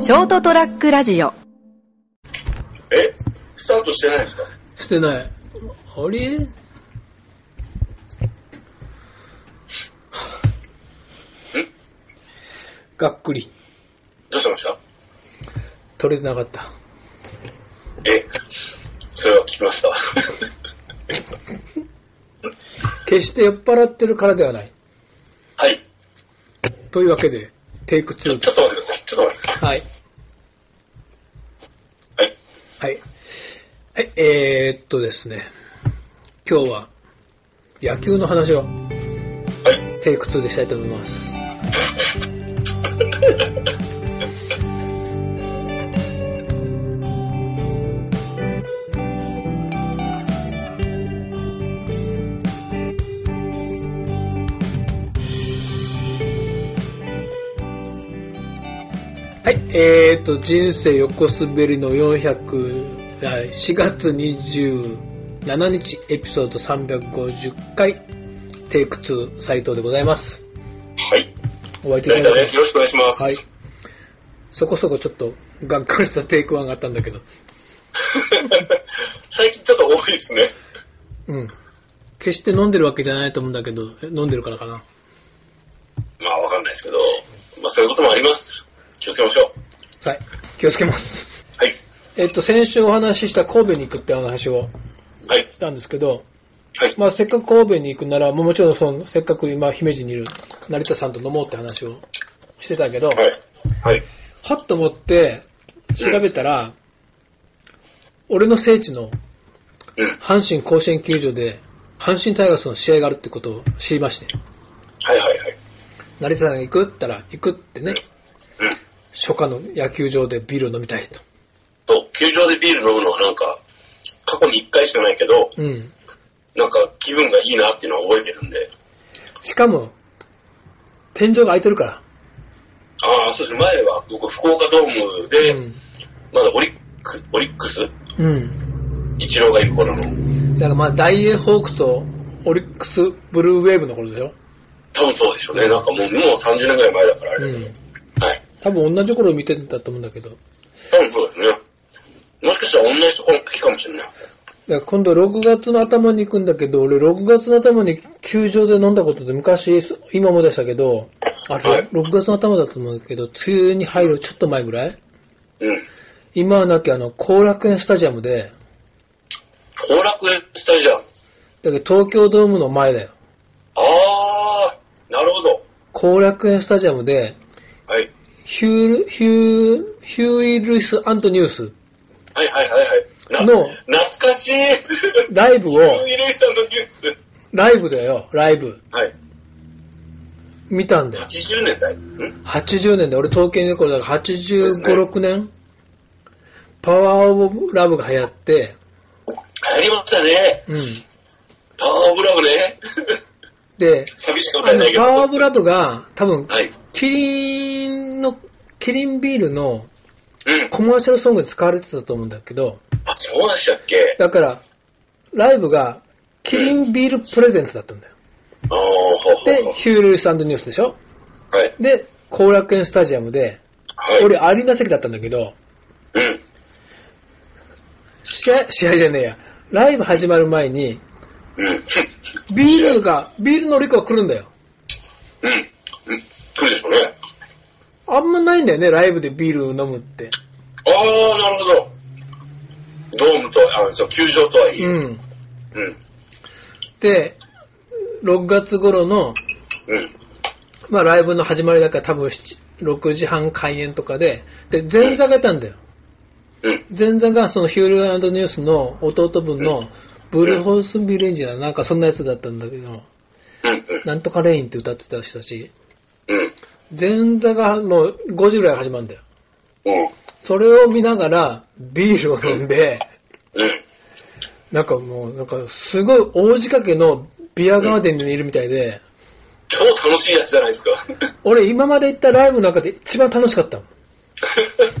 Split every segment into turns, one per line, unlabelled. ショートトラックラジオ
えスタートしてないんですか
してない。あれがっくり。
どうしました
取れてなかった。
えそれは聞きました。
決して酔っ払ってるからではない。
はい。
というわけで、テイク
ちょ
2
ちょっと待ってください。ちょっと待ってくださ
はい。
い。はい。
はい。はい、えー、っとですね。今日は、野球の話を
はい。
テイク2でしたいと思います。はい、えー、と、人生横滑りの400、あ4月27日、エピソード350回、テイク2斉藤でございます。
はい。
お相手
成
い
田
ただ
で
き
す。よろしくお願いします。
はい。そこそこちょっと、がっかりしたテイク1があったんだけど、
最近ちょっと多いですね。
うん。決して飲んでるわけじゃないと思うんだけど、え飲んでるからかな。
まあわかんないですけど、まあそういうこともあります。気をつけましょう。
はい、気をつけます。
はい。
えっと、先週お話しした神戸に行くって話を
はい。
したんですけど、
はい。
まあ、せっかく神戸に行くなら、もうもちろんその、せっかく今、姫路にいる成田さんと飲もうって話をしてたけど、
はい。はい。
はっと思って調べたら、俺の聖地の
うん。
阪神甲子園球場で、阪神タイガースの試合があるってことを知りまして、
はいはいはい。
成田さん行くって言ったら、行くってね、
うん。
初夏の野球場でビールを飲みたい
と、球場でビール飲むのはなんか、過去に一回しかないけど、
と。うん。
なんか気分がいいなっていうのは覚えてるんで、
しかも、天井が空いてるから。
ああ、そうです。前は僕、福岡ドームで、
うん。
まだオリックオリックス
うん。
イチローがいる頃の、
だからまあ、ダイエーホークスとオリックスブルーウェーブの頃でしょ
多分そうでしょうね。なんかもう、もう30年ぐらい前だからあれだけど。
うん
はい。
多分同じ頃見てたと思うんだけど。だか
多分そうですね。もしかしたら同じとこの時かもしれない。
ら今度6月の頭に行くんだけど、俺6月の頭に球場で飲んだことで昔、今思い出したけど、あ
は
れ
い
6月の頭だと思うけど、梅雨に入るちょっと前ぐらい
うん。
今はなきゃあの、後楽園スタジアムで、
後楽園スタジアム。
だけど東京ドームの前だよ。
あー、なるほど。
後楽園スタジアムで、
はい。
ヒュール、ヒュー、ヒューイ・ルイス・アントニウス、
はいはいはいはい。な
の
懐かしい
ライブ
イ
を、
レイさんのニュース。
ライブだよ、ライブ。
はい。
見たんだよ。
80年代。ん
80年で、俺東京にいる頃だから85、
そうで
6年パワーオブラブが流行って、
ありましたね。
うん。
パワーオブラブね。
で、
寂しく
あ
はない
の、
けど。
パワーオブラブが、多分、
はい。
キリンの、キリンビールの
うん。
コマーシャルソングに使われてたと思うんだけど、
あ、そうでしたっけ
だから、ライブが、キリンビールプレゼンツだったんだよ。
ああ、ほうほう
で
ほう、
ヒュール・サンド・ニュースでしょ
はい。
で、後楽園スタジアムで、
はい。
俺アリーナ席だったんだけど、
うん。
試合、試合じゃねえや。ライブ始まる前に、
うん。
ビールが、ビールのリコが来るんだよ。
うん。うん。そうでしょうね。
あんまないんだよね、ライブでビール飲むって。
ああ、なるほど。ドームと、あそう、球場とはいえ。
う
うん。
ん。
うん。
で、6月頃の、
うん。
まあライブの始まりだから多分7 6時半開演とかで、で、前座がいたんだよ。
うん。
前座がそのヒュールニュースの弟分のブルーホースビレンジだなんかそんなやつだったんだけど、
うん。
なんとかレインって歌ってた人たち、
うん。うん。
前座がもう5時ぐらいが始まるんだよ。
うん。
それを見ながらビールを飲んで、
うん。
なんかもう、なんかすごい大仕掛けのビアガーデンにいるみたいで、
超楽しいやつじゃないですか。
俺今まで行ったライブの中で一番楽しかったもん。
あの、ちょっ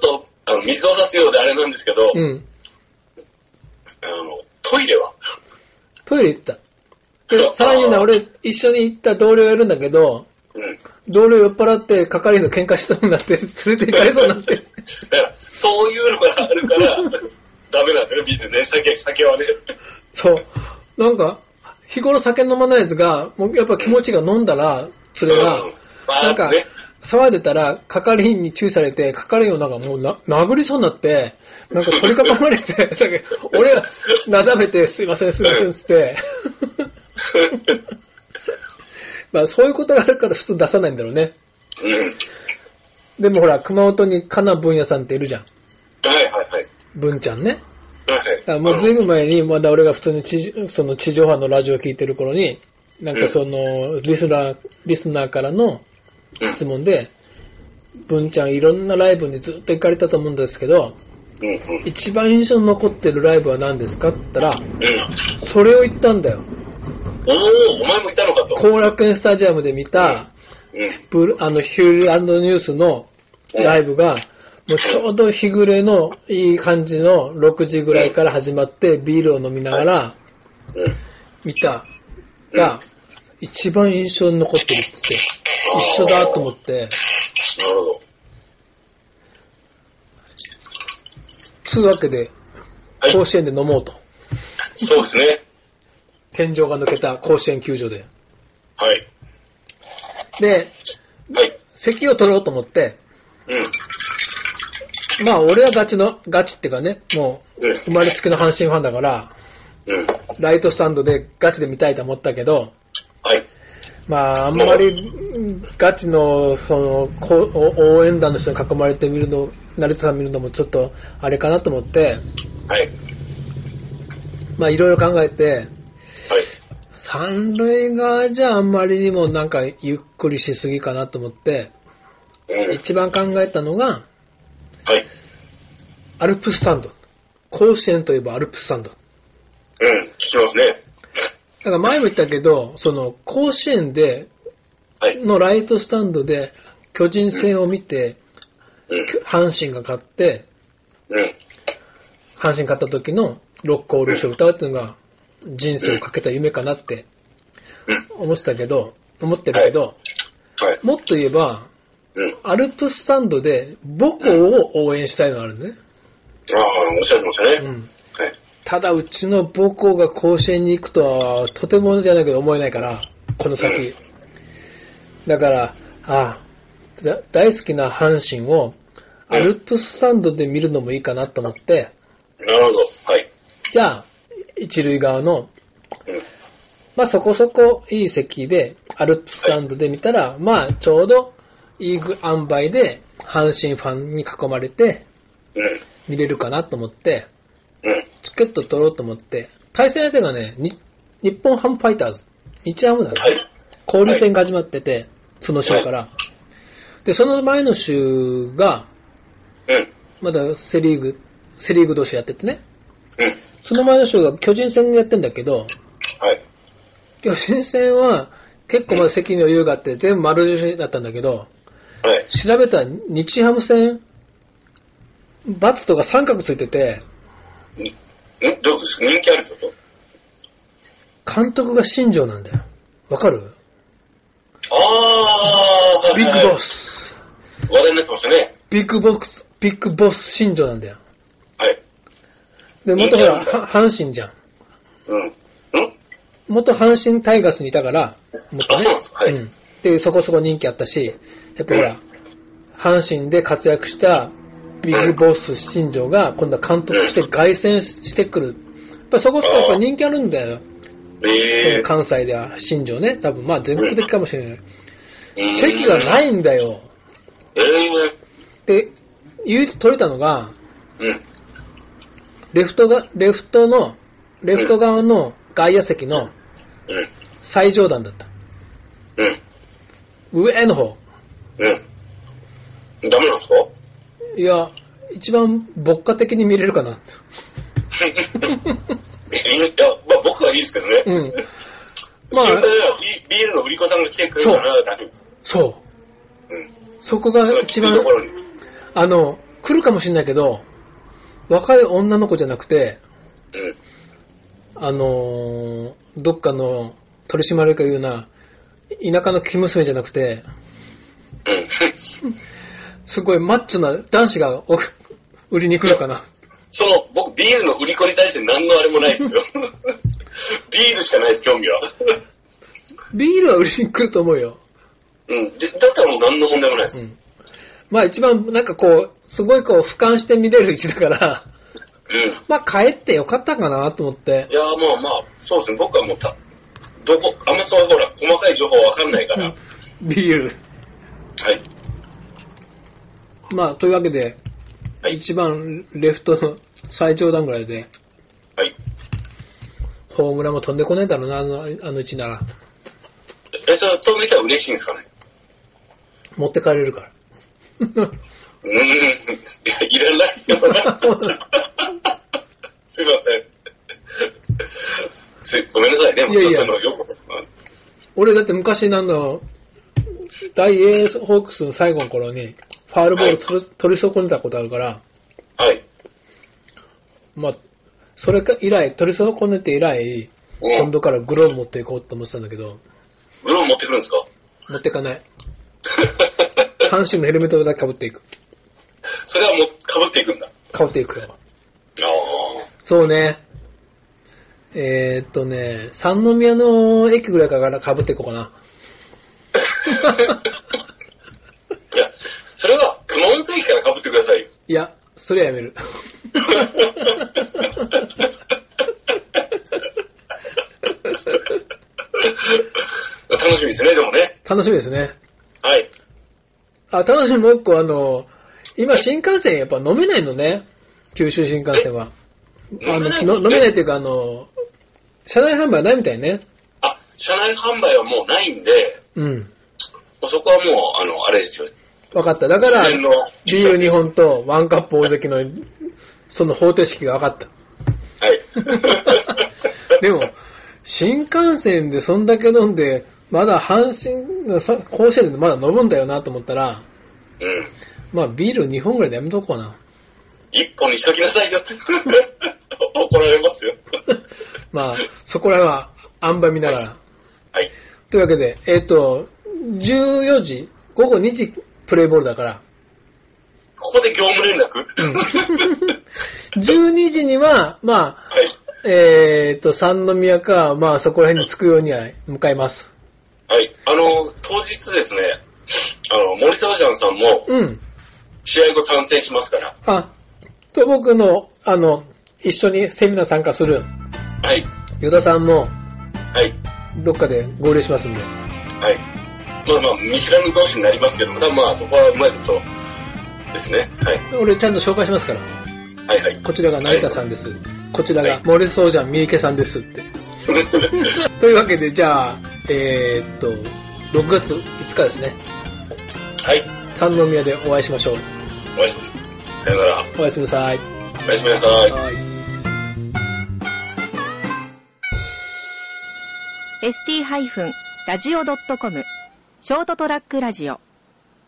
と、あの、水を差すようであれなんですけど、
うん。
あの、トイレは
トイレ行った。で、さらにな、俺一緒に行った同僚がいるんだけど、
うん。
同僚酔っ払って係員の喧嘩したんだって、連れて行かれそうになって。
だから、そういうのがあるから、ダメなんだよね、ビールね。酒、酒はね。
そう。なんか、日頃酒飲まないやつが、もうやっぱ気持ちが飲んだら、それが
うん、まあ
なんか
ね、
騒いでたら、係員に注意されて、係員をなんかもうな殴りそうになって、なんか取り囲まれ て、なんか俺がなだめて、すいません、すいません、つって。 まあそういうことがあるから普通出さないんだろうね。
うん。
でもほら、熊本にかなぶんやさんっているじゃん。
はいはいはい。
ぶんちゃんね。
はい
だからもうずいぶん前に、まだ俺が普通に地その地上波のラジオを聞いてる頃に、なんかその、リスナー、リスナーからの
うん
質問で、文ちゃんいろんなライブにずっと行かれたと思うんですけど、
うんうん。
一番印象に残ってるライブは何ですかって言ったら、
うん。
それを言ったんだよ。
おお、お前もいたのかと。
後楽園スタジアムで見た、
うん。
ブルあの、ヒュールニュースのライブが、もうちょうど日暮れのいい感じの6時ぐらいから始まって、ビールを飲みながら、
うん。
見たが、一番印象に残ってるって言って、一緒だと思って、
なるほど。
つうわけで、
はい。
甲子園で飲もうと。
そうですね。
天井が抜けた甲子園球場で。
はい。
で、
はい。
席を取ろうと思って、
うん。
まあ俺はガチの、ガチっていうかね、もう生まれつきの阪神ファンだから、
うん。うん。
ライトスタンドでガチで見たいと思ったけど、
はい。
まああんまりガチのそのこう応援団の人に囲まれて見るの、成田さん見るのもちょっとあれかなと思って、
はい。
まあいろいろ考えて、
はい。
三塁側じゃあんまりにもなんかゆっくりしすぎかなと思って、
うん。
一番考えたのが、
はい。
アルプススタンド。甲子園といえばアルプススタンド。だ
うん。聞きますね。
から前も言ったけど、その甲子園で、
はい。
のライトスタンドで巨人戦を見て、
うん。
阪神が勝って、
うん。
阪神勝った時のロックオールシを歌うっていうのが人生をかけた夢かなって
うん。
思ってたけど、思ってるけど、
はい。
もっと言えば、
うん。
アルプススタンドで母校を応援したいのがあるね。
ああ、おっしゃってましたね。
うん。
はい。
ただ、うちの母校が甲子園に行くとは、とてもじゃないけど思えないから、この先。だから、ああだ大好きな阪神を、アルプススタンドで見るのもいいかなと思って、
なるほど。はい。
じゃあ、一塁側の、
うん。
まあそこそこいい席で、アルプススタンドで見たら、まあちょうどいい具塩梅で、阪神ファンに囲まれて、
うん。
見れるかなと思って、
うん。
チケット取ろうと思って、対戦相手がね、に日本ハムファイターズ、日ハムだね
はい。
交流戦が始まってて、その週から。で、その前の週が、
うん。
まだセリーグ、セリーグ同士やっててね、
うん。
その前の週が巨人戦やってんだけど、
はい。
巨人戦は結構まだ席に余裕があって、全部丸印だったんだけど、
はい。
調べたら日ハム戦、バツとか三角ついてて、
んどうです人気あるってこ
監督が新庄なんだよ。わかる
とああ、
ビッグボ
ス。
ス。
話題になってましたね。
ビッグボス、ビッグボス新庄なんだよ。
はい。
で、元ほ
いいじゃん
ら、は阪神じゃん。
うん。うん
元阪神タイガースにいたから、元
あそうなんですかはい
うん。で、そこそこ人気あったし、やっぱほら、阪神で活躍したビッグボス新庄が、今度は監督して凱旋してくる。やっぱそこそこやっぱ人気あるんだよ。
ええ
関西では新庄ね。多分まあ全国的かもしれない。
ー。
席がないいんだよ。
ええ
で、唯一取れたのが、
うん。
レフトが、レフトの、レフト側の外野席の
うん。
最上段だった。
うん。
上の方。
うん。ダメなんですか
いや、一番牧歌的に見れるかな。
いや、まあ僕はいいですけどね。
うん。ま
まあ、
あ、
ビビールの売り子さんが来てくれるから大丈夫です。
そう。
うん。
そこが
それはきつ
一
い
番
とこ、ろに。
あの、来るかもしれないけど、若い女の子じゃなくて、
うん。
あのーどっかの取り締まりかいうような、田舎の生娘じゃなくて、
うん。
すごいマッチョな男子がお売りに来るかな。
その、僕、ビールの売り子に対して何のあれもないで すよ。ビールしかないです、興味は。
ビールは売りに来ると思うよ。
うん。でだったらもう何の問題もないです。
うん。まあ一番なんかこう、すごいこう俯瞰して見れる位置だから、
うん
まあ帰ってよかったかなと思って
い。やーまあまあ、そうですね、僕はもうた、どこ、あんまそういうほら、細かい情報わかんないから、はい。
ビール。まあというわけで、
はい。
一番レフトの最上段ぐらいで、
はい。
ホームランも飛んでこねえだろうな、あの、あの位置なら。
え、それ、飛んできたら嬉しいんですかね
持ってかれるから。
うーん、いや、いらないよ。すいません。すごめんなさいね、もう
いやいや
そういうのよく。うん
俺だって昔なんだろう、大エースホークスの最後の頃に、ファールボール取る取り損ねたことあるから、
はい。
まあ、それか以来、取り損ねて以来、
うん
今度からグローブ持っていこうと思ってたんだけど、
グローブ持ってくるんですか
持ってかない。阪神のヘルメットだけ被っていく。
それはもう、かぶっていくんだ。あ
被っていくよ。
あ
そうね。えー、っとね、三宮の駅ぐらいから被っていこうかな。
ー。 いや、それは、熊本駅からかぶってくださいよ。
いや、それはやめる。
楽しみですね、でもね。
楽しみですね。
はい。
あ、楽しみもう一個、あの、今新幹線やっぱ飲めないのね。九州新幹線は。
え
あ
飲め
の
ない
きの飲めないっていうか、あの、車内販売はないみたいね。
あ、車内販売はもうないんで、
うん。
もうそこはもう、あの、あれですよ。
わかった。だから、
自然の
ビール2本とワンカップ大関の、その方程式がわかっ
はい。
た。 でも、新幹線でそんだけ飲んで、まだ阪神、さ甲子園でまだ飲むんだよなと思ったら、
うん。
まあビール2本ぐらいでやめとこうかな。
一本にしときなさいよって。 怒られますよ。
まあ、そこら辺は、あんば見ながら。
はい。
というわけで、えっ、と、14時、午後2時プレイボールだから、
ここで業務連絡
ん12時には、ま
はい。
あ、えっ、と、三宮か、まあそこら辺に着くようには向かいます。
はい。あの、当日ですね、あの、森沢ジャンさんも
うん。
試合後参戦しますから。
あ、と僕の、あの、一緒にセミナー参加する、
はい。
与田さんも、
はい。
どっかで合流しますんで。
はい。まあまあ、見知らぬ同士になりますけど、ただまあ、そこはうまいことですね。はい。
俺ちゃんと紹介しますから。
はいはい。
こちらが成田さんです。こちら
は
が
い
森宗ジャン三池さんですって。というわけで、じゃあ、えーっと、6月5日ですね。
はい。
三宮でお会いしましょう。
おやすみ。さよなら。
おやすみなさい。
おやすみなさい。
はい
ST-radio.com ショートトラックラジオ